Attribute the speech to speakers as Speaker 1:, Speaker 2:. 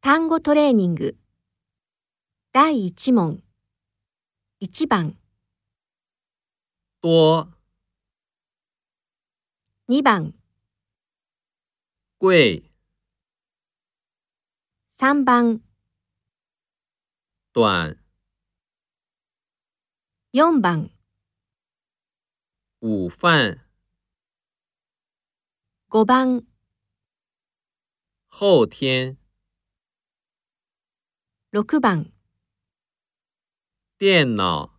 Speaker 1: 単語トレーニング。第1問。1番、
Speaker 2: 多、
Speaker 1: 2番、
Speaker 2: 贵、
Speaker 1: 3番、
Speaker 2: 短、
Speaker 1: 4番、
Speaker 2: 午饭、
Speaker 1: 5番、
Speaker 2: 后天、
Speaker 1: 6番。
Speaker 2: 电脑。